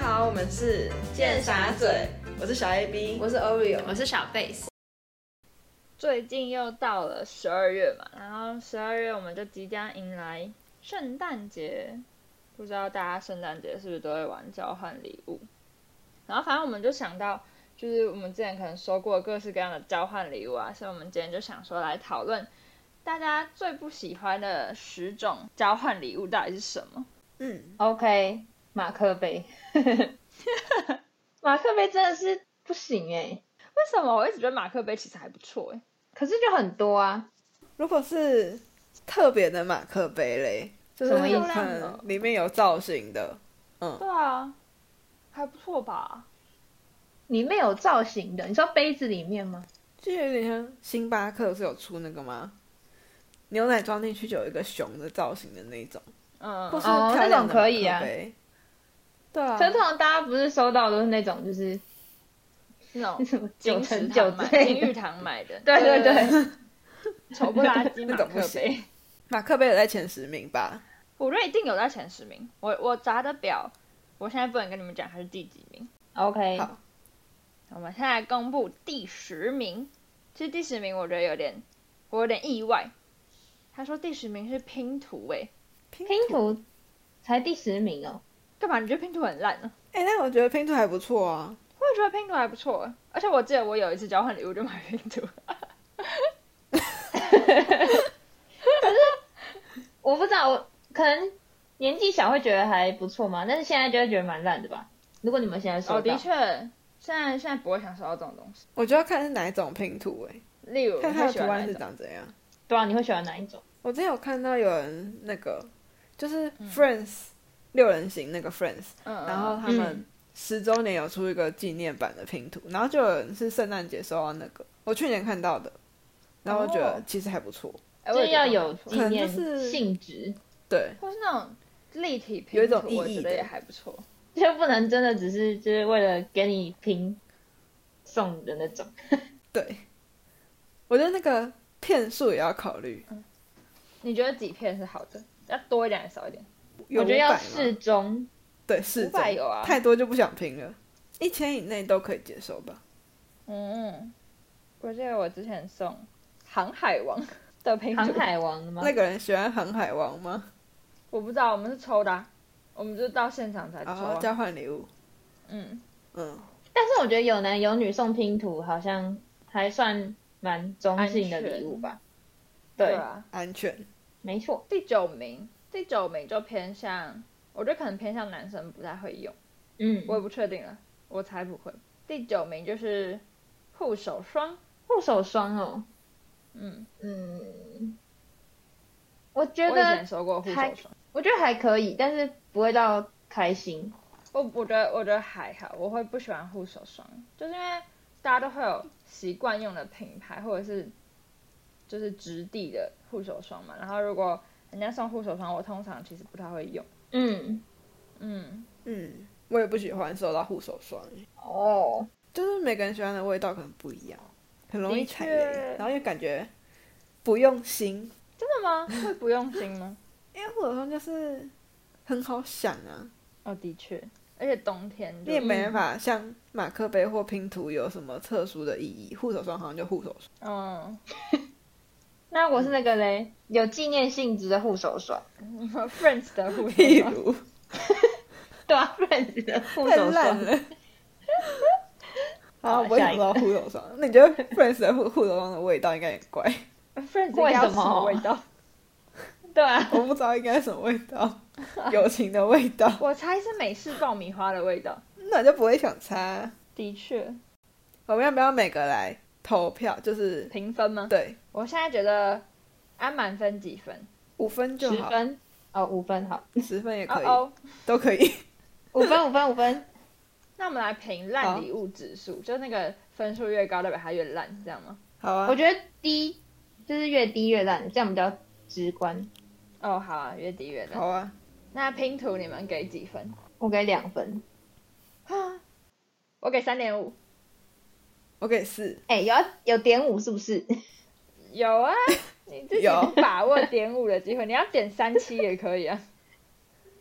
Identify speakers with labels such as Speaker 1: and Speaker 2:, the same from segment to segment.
Speaker 1: 好，我们是
Speaker 2: 贱傻嘴，
Speaker 1: 我是小 A B，
Speaker 2: 我是 Oreo，
Speaker 3: 我是小贝斯。
Speaker 2: 最近又到了十二月嘛，然后十二月我们就即将迎来圣诞节，不知道大家圣诞节是不是都会玩交换礼物？然后反正我们就想到，就是我们之前可能收过各式各样的交换礼物啊，所以我们今天就想说来讨论大家最不喜欢的十种交换礼物到底是什么？
Speaker 1: 嗯，
Speaker 4: OK，马克杯， 马克杯真的是不行哎、
Speaker 2: 为什么我一直觉得马克杯其实还不错欸诶、
Speaker 4: 可是就很多啊，
Speaker 1: 如果是特别的马克杯嘞，就是
Speaker 4: 什么意思
Speaker 1: 可能里面有造型的，嗯
Speaker 2: 对啊，还不错吧？
Speaker 4: 里面有造型的，你说杯子里面吗？
Speaker 1: 就有点像星巴克是有出那个吗？牛奶装进去就有一个熊的造型的那种，
Speaker 2: 嗯，
Speaker 1: 或是
Speaker 4: 哦
Speaker 1: 漂亮
Speaker 4: 那
Speaker 1: 的
Speaker 4: 种
Speaker 1: 马克
Speaker 4: 可以啊
Speaker 1: 杯。对啊
Speaker 4: 可，是通常大家不是收到都是那种就是
Speaker 2: 那种
Speaker 4: 什么九
Speaker 2: 金石
Speaker 4: 乘
Speaker 2: 堂
Speaker 4: 九
Speaker 2: 买
Speaker 4: 之
Speaker 2: 金
Speaker 4: 类
Speaker 2: 玉
Speaker 4: 的，
Speaker 2: 堂买的，
Speaker 4: 对对
Speaker 2: 对
Speaker 4: 对，
Speaker 2: 丑不拉几
Speaker 1: 那
Speaker 2: 马
Speaker 1: 种不
Speaker 2: 克杯
Speaker 1: 行。马克杯有在前十名吧？
Speaker 2: 我觉得一定有在前十名。我我查的表，我现在不能跟你们讲它是第几名。
Speaker 4: OK，
Speaker 1: 好
Speaker 2: 我们现在公布第十名，其实第十名我觉得有点，我有点意外。他说第十名是拼图、欸，
Speaker 1: 拼
Speaker 4: 拼图才第十名哦，
Speaker 2: 干嘛？你觉得拼图很烂呢、
Speaker 1: 哎、但我觉得拼图还不错啊。
Speaker 2: 我也觉得拼图还不错、欸，而且我记得我有一次交换礼物就买拼图，
Speaker 4: 我不知道，我可能年纪小会觉得还不错嘛，但是现在就会觉得蛮烂的吧。如果你们现在收
Speaker 2: 哦，
Speaker 4: 到
Speaker 2: 的，确，现在现在不会想收到这种东西。
Speaker 1: 我就要看是哪一种拼图哎、
Speaker 2: 例如，
Speaker 1: 看
Speaker 2: 你
Speaker 1: 它
Speaker 2: 会
Speaker 1: 的
Speaker 2: 喜
Speaker 1: 图案
Speaker 2: 欢
Speaker 1: 是
Speaker 2: 哪一种？
Speaker 1: 长怎样。
Speaker 4: 对啊，你会喜欢哪一种？
Speaker 1: 我之前有看到有人那个，就是 Friends、六人行那个 Friends，
Speaker 2: 嗯，嗯
Speaker 1: 然后他们十周年有出一个纪念版的拼图，然后就有人是圣诞节收到那个，我去年看到的，然后我觉得
Speaker 2: 哦
Speaker 1: 其实还不错，
Speaker 2: 哎
Speaker 4: 就
Speaker 2: 我也
Speaker 4: 是
Speaker 2: 觉得
Speaker 4: 要有
Speaker 2: 不错
Speaker 4: 纪
Speaker 1: 可能就
Speaker 4: 念
Speaker 1: 是
Speaker 4: 性质，
Speaker 1: 对，
Speaker 2: 或是那种立体拼图，
Speaker 1: 有一种意义
Speaker 2: 我觉得
Speaker 1: 的
Speaker 2: 也还不错。
Speaker 4: 就不能真的只是就是为了给你拼送的那种。
Speaker 1: 对，我觉得那个片数也要考虑，
Speaker 2: 你觉得几片是好的？要多一点还是少一点？
Speaker 1: 有
Speaker 4: 我觉得要
Speaker 1: 500吗
Speaker 4: 适中，
Speaker 1: 对适中
Speaker 2: 500有啊
Speaker 1: 太多就不想拼了，一千以内都可以接受吧，
Speaker 2: 嗯，我记得我之前送《航海王》的拼图
Speaker 4: 航，海王吗？
Speaker 1: 那个人喜欢航海王吗？
Speaker 2: 我不知道我们是抽的啊、我们就到现场才抽、
Speaker 1: 然
Speaker 2: 啊
Speaker 1: 后哦交换礼物，
Speaker 2: 嗯，
Speaker 1: 嗯，
Speaker 4: 但是我觉得有男有女送拼图好像还算蛮中性的礼物吧。对，
Speaker 2: 对啊。
Speaker 1: 安全，
Speaker 4: 没错，
Speaker 2: 第九名，第九名就偏向，我觉得可能偏向男生不太会用，
Speaker 4: 嗯，
Speaker 2: 我也不确定了，我才不会。第九名就是护手霜，
Speaker 4: 护手霜哦，
Speaker 2: 嗯，
Speaker 4: 嗯，我觉
Speaker 2: 我以前
Speaker 4: 得
Speaker 2: 收过护手
Speaker 4: 还
Speaker 2: 霜，
Speaker 4: 我觉得还可以，但是不会到开心。
Speaker 2: 我我觉得我觉得还好，我会不喜欢护手霜，就是因为大家都会有习惯用的品牌或者是就是质地的护手霜嘛。然后如果人家送护手霜，我通常其实不太会用。
Speaker 4: 嗯，
Speaker 2: 嗯，
Speaker 1: 嗯，我也不喜欢收到护手霜。
Speaker 4: 哦，
Speaker 1: 就是每个人喜欢的味道可能不一样，很容易踩
Speaker 2: 的确
Speaker 1: 雷，然后又感觉不用心，
Speaker 2: 真的吗？会不用心吗？
Speaker 1: 因为护手霜就是很好想啊，
Speaker 2: 哦，的确，而且冬天
Speaker 1: 你
Speaker 2: 就
Speaker 1: 也没办法像马克杯或拼图有什么特殊的意义，护手霜好像就护手霜，
Speaker 2: 嗯，
Speaker 4: 那我是那个嘞，有纪念性质的护手霜，
Speaker 2: Friends 的护手
Speaker 1: 例
Speaker 2: 霜，
Speaker 1: 如
Speaker 4: 对啊，不然你的护
Speaker 1: 太
Speaker 4: 手
Speaker 1: 烂
Speaker 4: 霜，
Speaker 1: 了。好，
Speaker 4: 好
Speaker 1: 我想
Speaker 4: 下一个
Speaker 1: 到护手霜，那你觉得 Friends 的护护手霜的味道应该很怪？
Speaker 2: Friends 应
Speaker 4: 为
Speaker 2: 该有
Speaker 4: 什么
Speaker 2: 味道？
Speaker 4: 对啊，
Speaker 1: 我不知道应该是什么味道，友情的味道，
Speaker 2: 我猜是美式爆米花的味道。
Speaker 1: 那我就不会想擦。
Speaker 2: 的确，
Speaker 1: 我们要不要每个来投票？就是
Speaker 2: 评分吗？
Speaker 1: 对，
Speaker 2: 我现在觉得按满分几分？
Speaker 1: 五分就
Speaker 4: 十
Speaker 1: 好，
Speaker 4: 分，哦，五分好，
Speaker 1: 十分也
Speaker 2: 哦
Speaker 1: 可以，
Speaker 2: 哦，
Speaker 1: 都可以。
Speaker 4: 五分五分五分，
Speaker 2: 那我们来评烂礼物指数，就那个分数越高，代表它越烂，这样吗？
Speaker 1: 好啊，
Speaker 4: 我觉得低就是越低越烂，这样比较直观。
Speaker 2: 哦，好啊，越低越烂。
Speaker 1: 好啊，
Speaker 2: 那拼图你们给几分？
Speaker 4: 我给两分。
Speaker 2: 我给三点五。
Speaker 1: 我给四，
Speaker 4: 哎、有要有点五是不是？
Speaker 2: 有啊，你自己
Speaker 1: 有
Speaker 2: 不把握点五的机会，你要点三七也可以啊。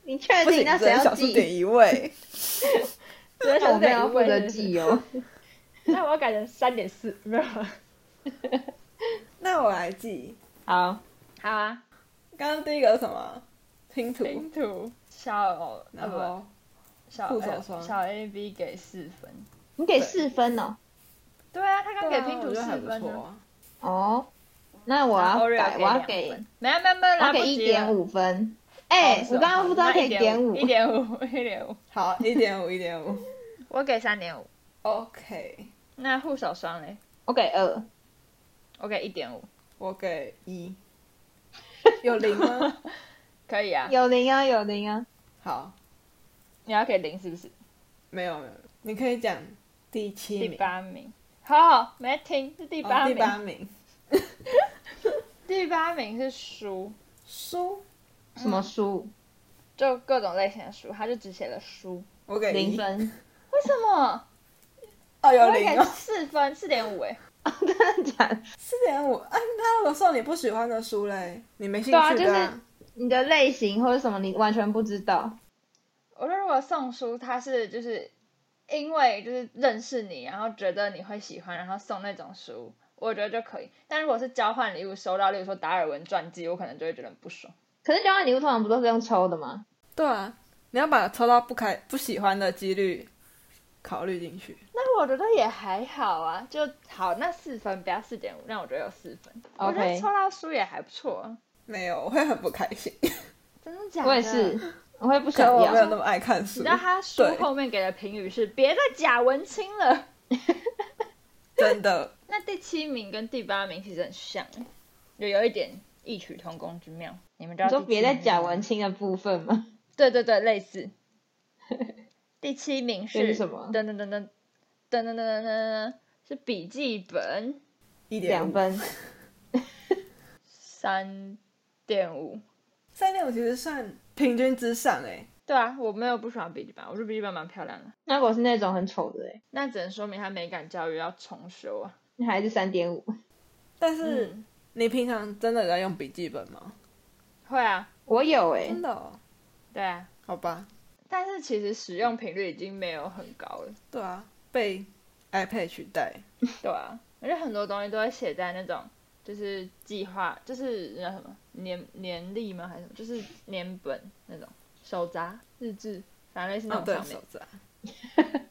Speaker 4: 你确
Speaker 1: 不
Speaker 4: 定
Speaker 1: 行，
Speaker 4: 那
Speaker 1: 只
Speaker 4: 谁
Speaker 1: 能
Speaker 4: 要
Speaker 1: 小数
Speaker 4: 记？
Speaker 1: 点一位。
Speaker 2: 只 能
Speaker 4: 那
Speaker 2: 小
Speaker 4: 我
Speaker 2: 数
Speaker 4: 没
Speaker 2: 点
Speaker 4: 有
Speaker 2: 一
Speaker 4: 负
Speaker 2: 位
Speaker 4: 责
Speaker 2: 是不是
Speaker 4: 记哦。
Speaker 2: 那我要改成三点四，没有啊了。
Speaker 1: 那我来记，
Speaker 4: 好，
Speaker 2: 好啊，
Speaker 1: 刚刚第一个是什么？拼图，
Speaker 2: 拼图小
Speaker 1: 然
Speaker 2: 呃
Speaker 1: 后
Speaker 2: 不小
Speaker 1: 护手
Speaker 2: 呃
Speaker 1: 霜
Speaker 2: 小 A B 给四分。
Speaker 4: 你给
Speaker 1: 对
Speaker 4: 四分哦。
Speaker 2: 对啊，他刚给拼图
Speaker 1: 对
Speaker 2: 四
Speaker 1: 啊我觉得还
Speaker 2: 分
Speaker 1: 不
Speaker 2: 呢。
Speaker 1: 错啊。
Speaker 4: 哦，那我
Speaker 2: 然后
Speaker 4: 要
Speaker 2: Oreo
Speaker 4: 改，我要
Speaker 2: 两
Speaker 4: 给，
Speaker 2: 分没有没有没有，
Speaker 4: 我要
Speaker 2: 来
Speaker 4: 给
Speaker 2: 不
Speaker 4: 一
Speaker 2: 及了
Speaker 4: 点。五分。哎、
Speaker 2: 哦是
Speaker 4: 我
Speaker 2: 哦
Speaker 4: 刚刚不知道
Speaker 2: 那
Speaker 4: 可以点五
Speaker 2: 一，点五，一点五。
Speaker 1: 好，一点五，一点五。
Speaker 2: 我给三点五。
Speaker 1: OK，
Speaker 2: 那护手霜嘞？
Speaker 4: 我给二。
Speaker 2: 我给一点五，
Speaker 1: 我给一。有零吗？
Speaker 2: 可以啊。
Speaker 4: 有零啊，有零啊。
Speaker 1: 好，
Speaker 2: 你要给零是不是？
Speaker 1: 没有没有，你可以讲第七
Speaker 2: 第
Speaker 1: 名。
Speaker 2: 八名。好好，没听是第
Speaker 1: 哦
Speaker 2: 八
Speaker 1: 第
Speaker 2: 名。
Speaker 1: 八名，
Speaker 2: 第八名是书，
Speaker 1: 书，
Speaker 4: 什么书？
Speaker 2: 就各种类型的书，他就只写了书。
Speaker 1: 我给
Speaker 4: 零
Speaker 1: 一。
Speaker 4: 分。
Speaker 2: 为什么？
Speaker 1: 哦，有
Speaker 2: 我
Speaker 1: 零
Speaker 2: 给
Speaker 1: 哦，
Speaker 2: 四分，四点五哎。
Speaker 4: 哦真的假的？
Speaker 1: 四点五。哎，那如果送你不喜欢的书嘞，你没兴
Speaker 4: 对啊
Speaker 1: 趣的啊。
Speaker 4: 你的类型或者什么，你完全不知道。
Speaker 2: 我说如果送书，他是就是因为就是认识你，然后觉得你会喜欢，然后送那种书，我觉得就可以。但如果是交换礼物，收到例如说达尔文传记，我可能就会觉得很不爽。
Speaker 4: 可是交换礼物通常不都是用抽的吗？
Speaker 1: 对啊，你要把抽到不开不喜欢的几率考虑进去。
Speaker 2: 那我觉得也还好啊，就好那四分，不要四点五，让我觉得有四分。我觉得
Speaker 4: OK
Speaker 2: 抽到书也还不错啊，
Speaker 1: 没有，我会很不开 心，
Speaker 2: 真的假的？
Speaker 4: 我也是，我会不
Speaker 1: 可
Speaker 4: 想
Speaker 1: 能我没有
Speaker 4: 要。
Speaker 1: 那么爱看书
Speaker 2: 你知。道他书
Speaker 1: 对
Speaker 2: 后面给的评语是“别再假文青了
Speaker 1: 真的，”。
Speaker 2: 那第七名跟第八名其实很像，就有一点异曲同工之妙。你们知道
Speaker 4: 你说
Speaker 2: 第七
Speaker 4: 别再
Speaker 2: 名是
Speaker 4: 讲
Speaker 2: 什么
Speaker 4: 文青的部分吗？
Speaker 2: 对对对，类似。第七名
Speaker 4: 这
Speaker 2: 是
Speaker 4: 是什么
Speaker 2: 噔噔噔噔噔噔噔噔噔，是笔记本
Speaker 1: 一点
Speaker 4: 两
Speaker 1: 五，
Speaker 4: 分。
Speaker 2: 三点五。
Speaker 1: 三点五其实算平均之上哎、
Speaker 2: 对啊，我没有不喜欢笔记本，我觉得笔记本蛮漂亮的。
Speaker 4: 那如果是那种很丑的、欸，
Speaker 2: 那只能说明它美感教育要重修啊。
Speaker 4: 那还是三点五。
Speaker 1: 但是、
Speaker 2: 嗯，
Speaker 1: 你平常真的有在用笔记本吗？
Speaker 2: 会啊，
Speaker 4: 我有哎、
Speaker 1: 真的、哦？
Speaker 2: 对啊。
Speaker 1: 好吧，
Speaker 2: 但是其实使用频率已经没有很高了，
Speaker 1: 对啊，被 iPad 取代。
Speaker 2: 对啊，而且很多东西都会写在那种就是计划，就是那叫什么年年历吗？还是什么？就是年本那种手札、日志，反正类似那
Speaker 1: 哦，
Speaker 2: 种
Speaker 1: 对
Speaker 2: 上，面。
Speaker 1: 手札。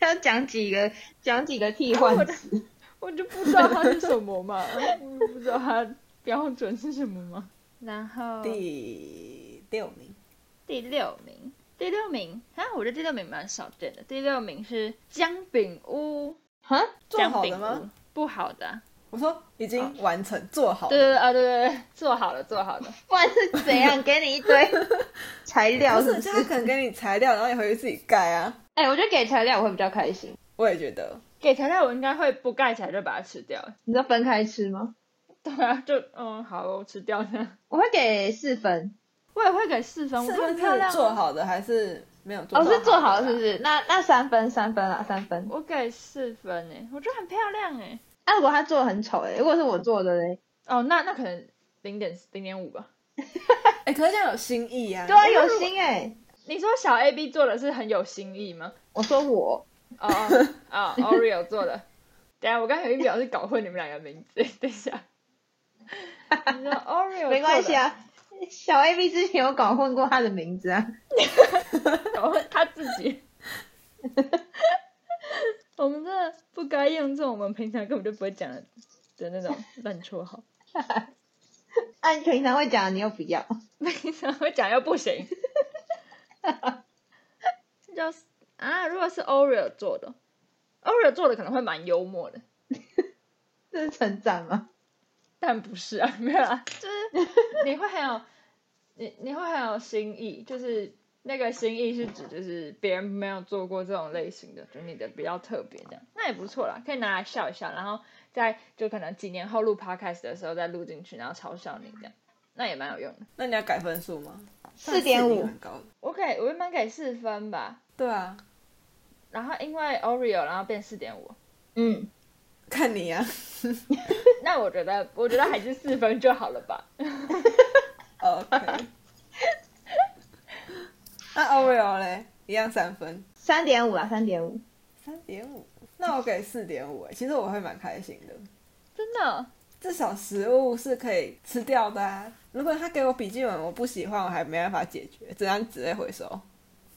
Speaker 4: 要讲几个，讲几个替换
Speaker 2: 我的 我就不知道它是什么嘛， 我就不知道它标准是什么嘛。然后
Speaker 1: 第六名，
Speaker 2: 第六名，第六名啊，我觉得第六名蛮少见的。第六名是姜饼屋，
Speaker 4: 哈，
Speaker 1: 做
Speaker 2: 姜
Speaker 1: 好
Speaker 2: 饼
Speaker 1: 的
Speaker 2: 屋
Speaker 1: 吗？
Speaker 2: 不好的啊、
Speaker 1: 我说已经完成，做好
Speaker 2: 啊对
Speaker 1: 了。
Speaker 2: 对对啊，对对对，做好了，做好了。
Speaker 4: 不然是怎样？给你一 堆材料
Speaker 1: 不
Speaker 4: 是
Speaker 1: 是，
Speaker 4: 不？
Speaker 1: 就是他可能给你材料，然后你回去自己盖啊。
Speaker 4: 哎、我觉得给材料我会比较开心。
Speaker 1: 我也觉得，
Speaker 2: 给材料我应该会不盖起来就把它吃掉。
Speaker 4: 你知道分开吃吗？
Speaker 2: 对啊，就嗯，好，我吃掉这样。
Speaker 4: 我会给四分。
Speaker 2: 我也会给四分，
Speaker 1: 哦是
Speaker 2: 我很
Speaker 1: 分
Speaker 2: 漂亮、啊
Speaker 1: 是做。好的还是没有做
Speaker 4: 哦，
Speaker 1: 好？啊
Speaker 4: 是做好了是不是？那那三分，三分啊，三分。啊
Speaker 2: 我给四分诶，我觉得很漂亮诶。
Speaker 4: 那、如果他做的很丑哎、如果是我做的嘞，
Speaker 2: 哦，那那可能零点零点五吧。
Speaker 1: 哎、可是这样有新意啊。
Speaker 4: 对啊，有心哎、
Speaker 2: 你说小 A B 做的是很有新意吗？
Speaker 4: 我说我，
Speaker 2: 哦哦哦，Oreo 做的。等一下，我刚才有一秒是搞混你们两个名字， 等一下。你说 Oreo
Speaker 4: 没关系
Speaker 2: 做
Speaker 4: 啊。小 A B 之前有搞混过他的名字啊，
Speaker 2: 的，搞混他自己。 我们真的不该用这种我们平常根本就不会讲的的那种烂绰 号。
Speaker 4: 按、你平常会讲的你又不要，
Speaker 2: 平常会讲又不 行。这叫啊，如果是 Oreo 做的，Oreo 做的可能会蛮幽默的，
Speaker 4: 这是成长吗？
Speaker 2: 但不是啊，没有啦，就是你会很有，你你会很有新意，就是那个新意是指就是别人没有做过这种类型的，就是你的比较特别这样，那也不错啦，可以拿来笑一笑，然后在就可能几年后录 podcast 的时候再录进去，然后嘲笑你这样，那也蛮有用的。
Speaker 1: 那你要改分数吗？
Speaker 4: 4.5
Speaker 1: 算是蛮高的。
Speaker 2: 我给我一般给四分吧，
Speaker 1: 对啊，
Speaker 2: 然后因为 Oreo，然后变四点五。
Speaker 4: 嗯，
Speaker 1: 看你啊。
Speaker 2: 那我觉得，我觉 得还是四分就好了吧。
Speaker 1: OK，那 Oreo 嘞，一样三分，
Speaker 4: 三点五啊，三点五。
Speaker 1: 三点五。那我给四点五，欸其实我会蛮开心的。
Speaker 2: 真的，
Speaker 1: 至少食物是可以吃掉的啊。如果他给我笔记本，我不喜欢，我还没办法解决，只能纸类回收。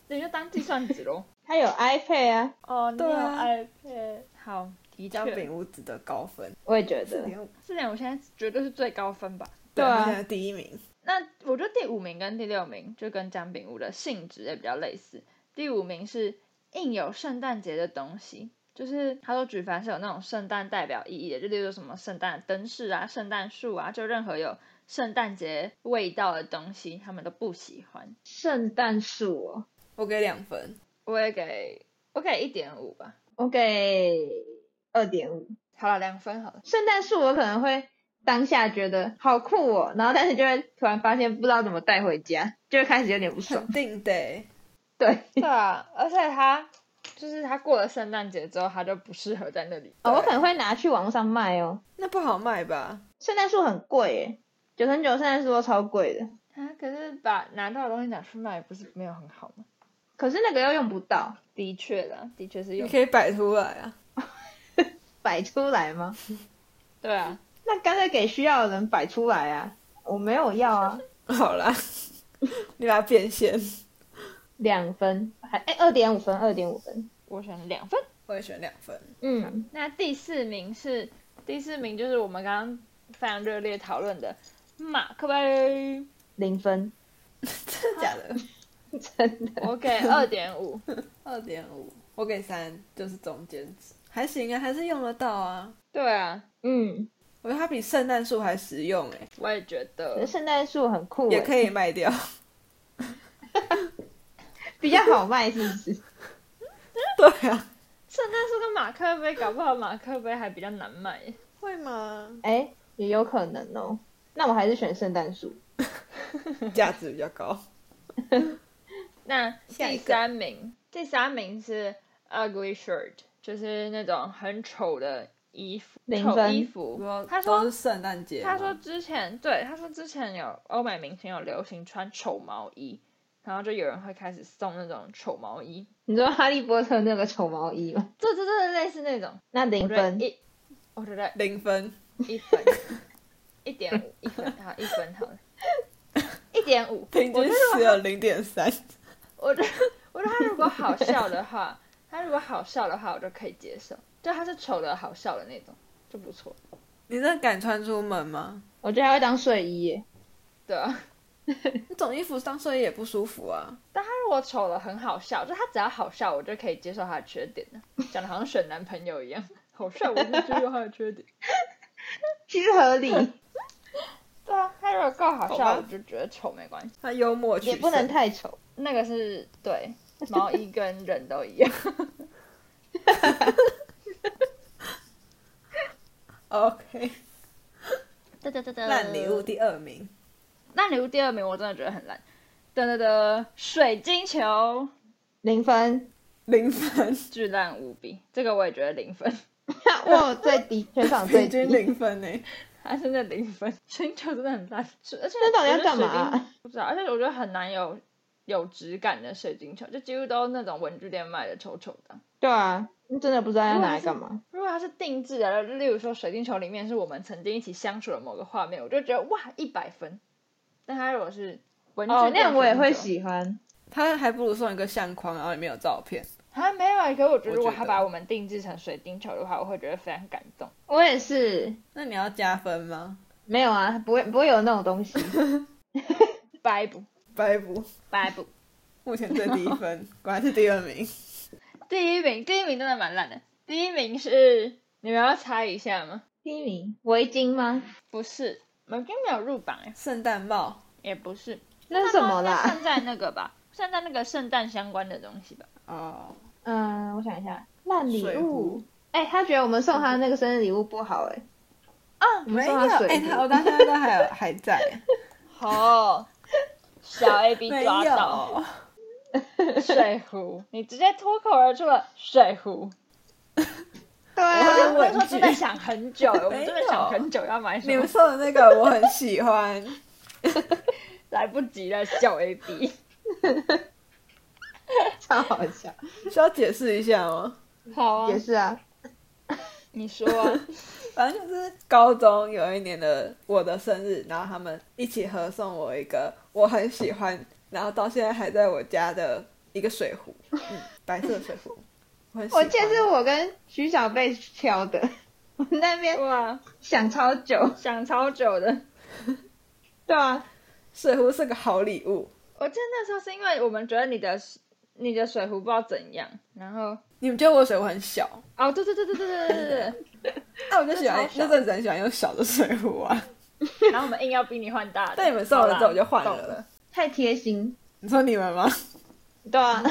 Speaker 2: 那你就当计算纸喽。
Speaker 4: 他有 iPad 啊，
Speaker 2: 哦，你有
Speaker 1: 对啊
Speaker 2: iPad，好，的
Speaker 1: 姜
Speaker 2: 确，
Speaker 1: 饼屋值得高分，
Speaker 4: 我也觉
Speaker 1: 四
Speaker 4: 得。
Speaker 1: 点五，
Speaker 2: 四点我现在绝对是最高分吧。
Speaker 1: 对
Speaker 4: 啊
Speaker 1: 他现在第一名。
Speaker 2: 那我觉得第五名跟第六名就跟姜饼屋的性质也比较类似。第五名是印有圣诞节的东西，就是他说举凡是有那种圣诞代表意义的，就例如什么圣诞灯饰啊、圣诞树啊，就任何有圣诞节味道的东西，他们都不喜欢。
Speaker 4: 圣诞树哦，
Speaker 1: 我给两分。
Speaker 2: 我也给我给一点五吧，
Speaker 4: 我给二点五。
Speaker 2: 好了，两分好了。
Speaker 4: 圣诞树我可能会当下觉得好酷哦，然后但是就会突然发现不知道怎么带回家，就会开始有点不爽
Speaker 1: 肯。定得，
Speaker 4: 对，
Speaker 2: 对啊，而且他就是他过了圣诞节之后，他就不适合在那里。
Speaker 4: 哦，我可能会拿去网络上卖哦。
Speaker 1: 那不好卖吧？
Speaker 4: 圣诞树很贵耶，九成九圣诞树都超贵的，
Speaker 2: 啊，可是把拿到的东西拿去卖，不是没有很好吗？
Speaker 4: 可是那个又用不到，
Speaker 2: 的确啦，的确是
Speaker 1: 你
Speaker 2: 有。
Speaker 1: 可以摆出来啊。
Speaker 4: 摆出来吗？
Speaker 2: 对啊，
Speaker 4: 那干脆给需要的人摆出来啊。我没有要啊，
Speaker 1: 好啦， 你把它变现。
Speaker 4: 两分，还哎二点五分，二点五分。
Speaker 2: 我选两分。
Speaker 1: 我也选两分。
Speaker 4: 嗯，
Speaker 2: 那第四名是第四名，就是我们刚刚非常热烈讨论的马克杯，
Speaker 4: 零分，
Speaker 1: 真的假的？
Speaker 4: 真的。
Speaker 2: 我给二点五。
Speaker 1: 二点五，我给三，就是中间值，还行啊，还是用得到啊。
Speaker 2: 对啊，
Speaker 4: 嗯，
Speaker 1: 我觉得它比圣诞树还实用哎、
Speaker 2: 我也觉
Speaker 4: 可是
Speaker 2: 得。
Speaker 4: 圣诞树很酷耶，欸
Speaker 1: 也可以卖掉。
Speaker 4: 比较好卖，是不是？
Speaker 1: 对啊，
Speaker 2: 圣诞树跟马克杯，搞不好马克杯还比较难卖耶。
Speaker 1: 会吗？
Speaker 4: 哎、也有可能哦。那我还是选圣诞树。
Speaker 1: 价值比较高。
Speaker 2: 那
Speaker 1: 下
Speaker 2: 第
Speaker 1: 一个
Speaker 2: 三名，第三名是 ugly shirt，就是那种很丑的衣服，
Speaker 4: 零
Speaker 2: 丑
Speaker 4: 分
Speaker 2: 衣服。他
Speaker 1: 都
Speaker 2: 说
Speaker 1: 是圣诞节吗，
Speaker 2: 他说之前对，他说之前有欧美明星有流行穿丑毛衣，然后就有人会开始送那种丑毛衣，
Speaker 4: 你说哈利波特那个丑毛衣吗？
Speaker 2: 这这这类似那种，
Speaker 4: 那
Speaker 2: 我
Speaker 4: 零
Speaker 2: 觉得
Speaker 4: 分，
Speaker 2: 一，我觉得
Speaker 1: 零分，
Speaker 2: 一分，一点五，一分好，一分好了，一点五，
Speaker 1: 平
Speaker 2: 我
Speaker 1: 均
Speaker 2: 觉得
Speaker 1: 只有零点三。
Speaker 2: 我觉得我觉得他如果 好笑的话，他如果好笑的话，我就可以接受，就他是丑的好笑的那种，就不错，
Speaker 1: 你真的敢穿出门吗？
Speaker 4: 我觉得还会当睡衣耶。
Speaker 2: 对啊。
Speaker 1: 那种衣服当睡衣也不舒服啊。
Speaker 2: 但他如果丑的很好笑，就他只要好笑，我就可以接受他的缺点了。讲的好像选男朋友一样，好笑我就接受他的缺点。
Speaker 4: 其实合理，
Speaker 2: 对啊，他如果够好
Speaker 1: 好
Speaker 2: 笑，
Speaker 1: 吧
Speaker 2: 我就觉得丑没关系。
Speaker 1: 他幽默取
Speaker 4: 也
Speaker 1: 胜
Speaker 4: 不能太丑。
Speaker 2: 那个是对毛衣跟人都 一样。
Speaker 1: OK，
Speaker 2: 对对对对
Speaker 1: 烂礼物，第二名，
Speaker 2: 烂礼物第二名我真的觉得很烂。噔噔噔，水晶球
Speaker 4: 零分，
Speaker 1: 零分，
Speaker 2: 巨烂无比，这个我也觉得零分，
Speaker 4: 我有最低，全场最
Speaker 1: 平
Speaker 4: 低
Speaker 1: 均。零分欸呢、
Speaker 2: 它真的零分， 水晶球真的很烂。是而且
Speaker 4: 那到底要
Speaker 2: 我觉得
Speaker 4: 干嘛
Speaker 2: 水晶？不知道，而且我觉得很难有有质感的水晶球，就几乎都是那种文具店卖的丑丑的。
Speaker 4: 对啊，真的不知道要拿来干嘛。
Speaker 2: 如果它是定制的，例如说水晶球里面是我们曾经一起相处的某个画面，我就觉得哇一百分。但它如果是文具
Speaker 4: 哦，那
Speaker 2: 店
Speaker 4: 样我也
Speaker 2: 水晶
Speaker 4: 会
Speaker 2: 球，
Speaker 4: 喜欢。
Speaker 1: 他还不如送一个相框，然后里面有照片。
Speaker 2: 还没有啊。可是我觉得
Speaker 1: 我
Speaker 2: 如果
Speaker 1: 觉
Speaker 2: 他
Speaker 1: 得
Speaker 2: 把我们定制成水晶球的话，我会觉得非常感动。
Speaker 4: 我也是，
Speaker 1: 那你要加分吗？
Speaker 4: 没有啊，不会不会有那种东 西。
Speaker 2: 拜不
Speaker 1: 白不，
Speaker 2: 拜不，
Speaker 1: 目前最低 分，果然是第二名。
Speaker 2: 第一名第一名真的蛮烂的。第一名是你们要猜一下吗？
Speaker 4: 第一名，围巾吗？
Speaker 2: 不是，我今没有入榜哎，
Speaker 1: 圣诞帽，
Speaker 2: 也不是。
Speaker 4: 那是什么
Speaker 2: 那
Speaker 4: 啦
Speaker 2: 圣？诞那个吧，圣诞那个圣诞相关的东西吧。
Speaker 1: 哦，
Speaker 4: 嗯，我想一下，烂礼
Speaker 1: 水
Speaker 4: 物
Speaker 1: 壶。
Speaker 4: 哎、他觉得我们送他那个生日礼物不好哎、
Speaker 2: 啊，
Speaker 4: 我们送他水
Speaker 1: 哎、
Speaker 4: 壶。
Speaker 1: 他我到现在都还有还 在，
Speaker 2: 好、小 A B
Speaker 1: 没
Speaker 2: 抓到
Speaker 1: 有，
Speaker 2: 水壶，你直接脱口而出了水壶。
Speaker 4: 对
Speaker 2: 我
Speaker 4: 啊，
Speaker 2: 们
Speaker 1: 问
Speaker 2: 那时候真的想很久，我们真的想很久要买
Speaker 1: 你
Speaker 2: 什么
Speaker 1: 们，送的那个我很喜欢，
Speaker 2: 来不及了，小 A B。
Speaker 4: 超好 笑。
Speaker 1: 需要解释一下吗？
Speaker 2: 好啊
Speaker 4: 也，是啊，
Speaker 2: 你说啊、
Speaker 1: 反正就是高中有一年的我的生日，然后他们一起合送我一个我很喜欢，然后到现在还在我家的一个水壶，嗯，白色的水壶，我很喜
Speaker 4: 我
Speaker 1: 欢。
Speaker 4: 记得是我跟徐小贝挑的， 我们那边
Speaker 2: 哇，
Speaker 4: 想超久。
Speaker 2: 啊想超久的。
Speaker 4: 对啊，
Speaker 1: 水壶是个好礼物。
Speaker 2: 我记得那时候是因为我们觉得你的你的水壶不知道怎样，然后
Speaker 1: 你们觉得我的水壶很小？
Speaker 2: 哦，对对对对对对对对对
Speaker 1: 那我就喜欢
Speaker 2: 这超小
Speaker 1: 那阵子很喜欢用小的水壶 啊。
Speaker 2: 对，然后我们硬要逼你换大的。
Speaker 1: 但你们送了之后我就换
Speaker 2: 好啦
Speaker 1: 了。
Speaker 4: 太贴心。
Speaker 1: 你说你们吗？
Speaker 4: 对啊，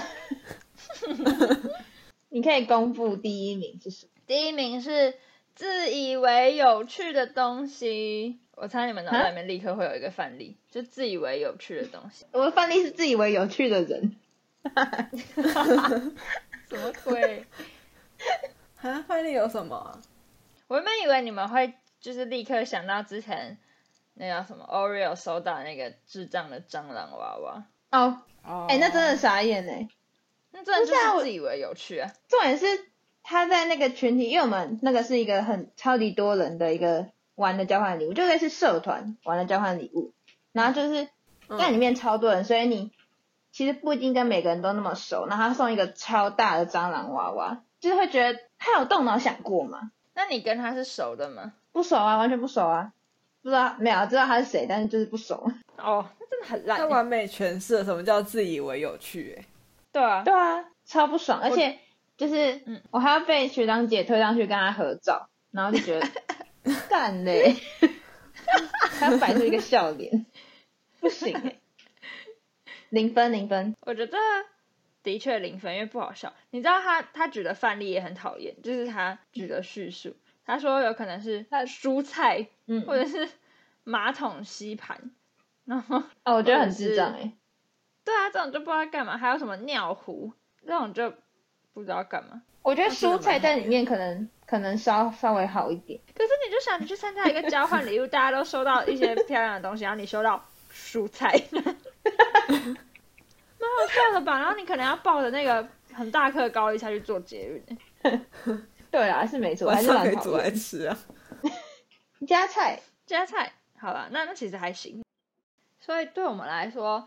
Speaker 4: 你可以公布第一名是什么？
Speaker 2: 第一名是自以为有趣的东西，我猜你们脑袋里面立刻会有一个范例，就自以为有趣的东 西。
Speaker 4: 我的范例是自以为有趣的人，
Speaker 2: 什么鬼？
Speaker 1: 啊，范例有什么啊？
Speaker 2: 我原本以为你们会就是立刻想到之前那叫什么 Oreo 收到那个智障的蟑螂娃娃，
Speaker 4: 哦，
Speaker 1: 哦
Speaker 4: 哎、那真的傻眼哎、
Speaker 2: 那真的就
Speaker 4: 不是啊
Speaker 2: 是
Speaker 4: 我
Speaker 2: 自以为有趣啊。
Speaker 4: 重点是他在那个群体，因为我们那个是一个很超级多人的一个玩的交换礼物，就类似社团玩的交换礼物。然后就是因为里面超多人，所以你其实不一定跟每个人都那么熟。然后他送一个超大的蟑螂娃娃，就是会觉得他有动脑想过吗？
Speaker 2: 那你跟他是熟的吗？
Speaker 4: 不熟啊，完全不熟啊，不知道没有啊知道他是谁，但是就是不熟。
Speaker 2: 哦，那真的很烂
Speaker 1: 他
Speaker 2: 欸。
Speaker 1: 完美诠释了什么叫自以为有趣、哎，
Speaker 2: 对啊，
Speaker 4: 对啊，超不爽，而且就是
Speaker 2: 嗯
Speaker 4: 我还要被学长姐推上去跟他合照，然后就 觉得干嘞，他摆出一个笑脸，不行欸零分零分，
Speaker 2: 我觉得的确零分，因为不好笑。你知道他他举的范例也很讨厌，就是他举的叙述，他说有可能是
Speaker 4: 他
Speaker 2: 蔬菜
Speaker 4: 嗯，
Speaker 2: 或者是马桶吸盘，然后
Speaker 4: 哦，我觉得很智障哎、
Speaker 2: 对啊，这种就不知道干嘛，还有什么尿壶，这种就不知道干嘛。
Speaker 4: 我觉得
Speaker 1: 那真的
Speaker 4: 蔬菜
Speaker 1: 蛮好
Speaker 4: 在里面可能可能稍稍微好一点，
Speaker 2: 可是你就想，你去参加一个交换礼物，大家都收到一些漂亮的东西，然后你收到蔬菜， 蛮好笑的吧？然后你可能要抱着那个很大颗的高丽菜去做捷运、欸，
Speaker 4: 对啦，是没错，还
Speaker 1: 晚
Speaker 4: 是
Speaker 1: 上可
Speaker 4: 蛮
Speaker 1: 以
Speaker 4: 好
Speaker 1: 煮来
Speaker 4: 的。
Speaker 1: 吃啊。
Speaker 4: 加菜，
Speaker 2: 加菜，好吧，那那其实还行。所以对我们来说，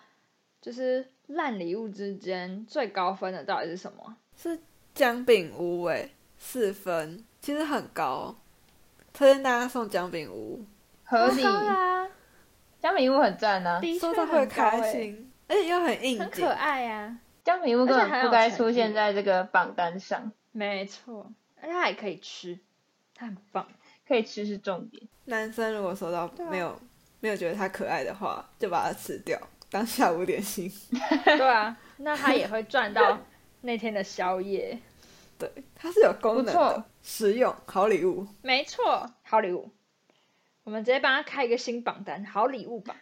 Speaker 2: 就是烂礼物之间最高分的到底是什么？
Speaker 1: 是姜饼屋、哎，四分，其实很高哦。推荐大家送姜饼屋，
Speaker 4: 合理，
Speaker 2: 高啦，
Speaker 4: 姜饼屋很赞啊，
Speaker 2: 的确
Speaker 1: 收到
Speaker 2: 很
Speaker 1: 会
Speaker 2: 高
Speaker 1: 开
Speaker 2: 欸，
Speaker 1: 心，而且又很应
Speaker 2: 很
Speaker 1: 景
Speaker 2: 可。爱啊呀、
Speaker 4: 姜饼屋根
Speaker 2: 而且还
Speaker 4: 本
Speaker 2: 有
Speaker 4: 不该
Speaker 2: 诚
Speaker 4: 出
Speaker 2: 意
Speaker 4: 现在这个榜单上，
Speaker 2: 没错，而且它还可以吃，它很 棒。
Speaker 4: 可以吃是重点。
Speaker 1: 男生如果收到
Speaker 2: 啊
Speaker 1: 没有、没有觉得它可爱的话，就把它吃掉 当下午点心。
Speaker 2: 对啊，那它也会赚到那天的宵夜。
Speaker 1: 对，它是有功能
Speaker 2: 不错
Speaker 1: 的，实用好礼物。
Speaker 2: 没错，好礼物，我们直接帮他开一个新榜单，好礼物吧。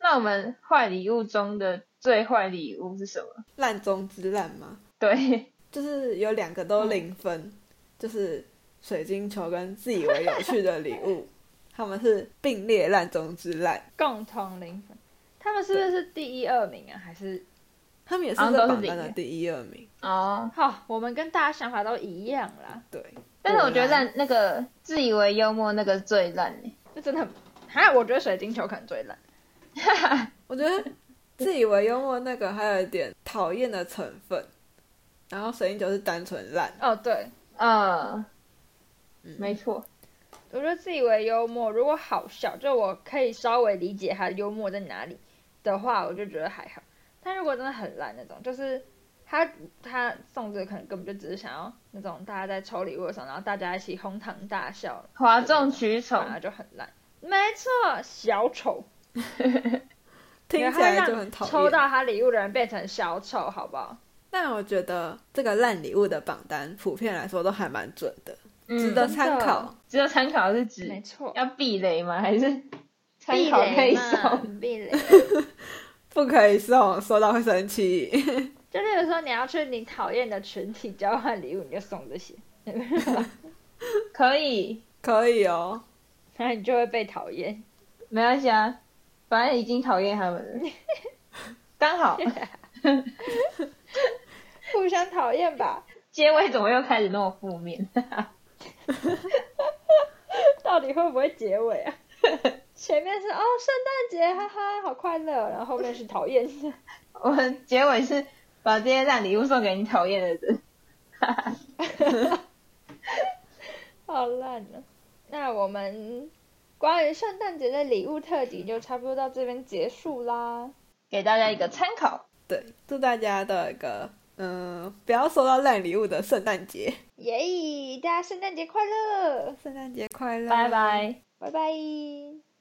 Speaker 4: 那我们坏礼物中的最坏礼物是什么？
Speaker 1: 烂中之烂吗？
Speaker 4: 对，
Speaker 1: 就是有两个都零分，
Speaker 2: 嗯
Speaker 1: 就是水晶球跟自以为有趣的礼 物，他们是并列烂中之烂，
Speaker 2: 共同零分，他们是不是第一二名啊？还是
Speaker 1: 他们也是
Speaker 4: 好像
Speaker 1: 这
Speaker 4: 都是
Speaker 1: 榜
Speaker 4: 零
Speaker 1: 单的
Speaker 4: 耶
Speaker 1: 第一、二名。
Speaker 4: 哦，
Speaker 2: 好、我们跟大家想法都一样啦。
Speaker 1: 对，
Speaker 4: 但是我觉得
Speaker 1: 烂
Speaker 4: 烂那个自以为幽默那个最烂欸
Speaker 2: 那真的很，哈，我觉得水晶球可能最烂。
Speaker 1: 我觉得自以为幽默那个还有一点讨厌的成分，然后水晶球是单纯烂。
Speaker 2: 哦，对，
Speaker 4: 嗯，
Speaker 1: 嗯
Speaker 4: 没错，
Speaker 2: 我觉得自以为幽默，如果好笑，就我可以稍微理解他幽默在哪里的话，我就觉得还好。但如果真的很烂那种，就是他他送这个可能根本就只是想要那种大家在抽礼物的时候，然后大家一起哄堂大笑，
Speaker 4: 哗众取宠
Speaker 2: 反，而就很烂。没错，小丑，
Speaker 1: 听起来就很讨
Speaker 2: 因为他会让抽
Speaker 1: 厌。
Speaker 2: 到他礼物的人变成小丑，好不好？
Speaker 1: 但我觉得这个烂礼物的榜单普遍来说都还蛮准的，值
Speaker 4: 嗯，
Speaker 1: 得参考。
Speaker 4: 值得参考是
Speaker 2: 没
Speaker 4: 指
Speaker 2: 错，
Speaker 4: 要避雷吗？还是参
Speaker 2: 避
Speaker 4: 考可以
Speaker 2: 雷嘛
Speaker 4: 少？，
Speaker 2: 避雷。
Speaker 1: 不可以送，收到会生气。
Speaker 2: 就例如说，你要去你讨厌的群体交换礼物，你就送这些，
Speaker 4: 可以，
Speaker 1: 可以哦，
Speaker 2: 然后你就会被讨厌。
Speaker 4: 没关系啊， 反正已经讨厌他们了，刚好
Speaker 2: 互相讨厌吧？
Speaker 4: 结尾怎么又开始那么负面？
Speaker 2: 到底会不会结尾啊？ 前面是哦，圣诞节，哈哈，好快乐，哦然后后面是讨厌，
Speaker 4: 我们结尾是把这些烂礼物送给你讨厌的人。
Speaker 2: 好烂啊！那我们关于圣诞节的礼物特辑就差不多到这边结束啦。
Speaker 4: 给大家一个参考。
Speaker 1: 对，祝大家的一个嗯、不要收到烂礼物的圣诞节，
Speaker 2: 耶、大家圣诞节快乐，
Speaker 1: 圣诞节快乐，
Speaker 4: 拜拜。
Speaker 2: 拜拜。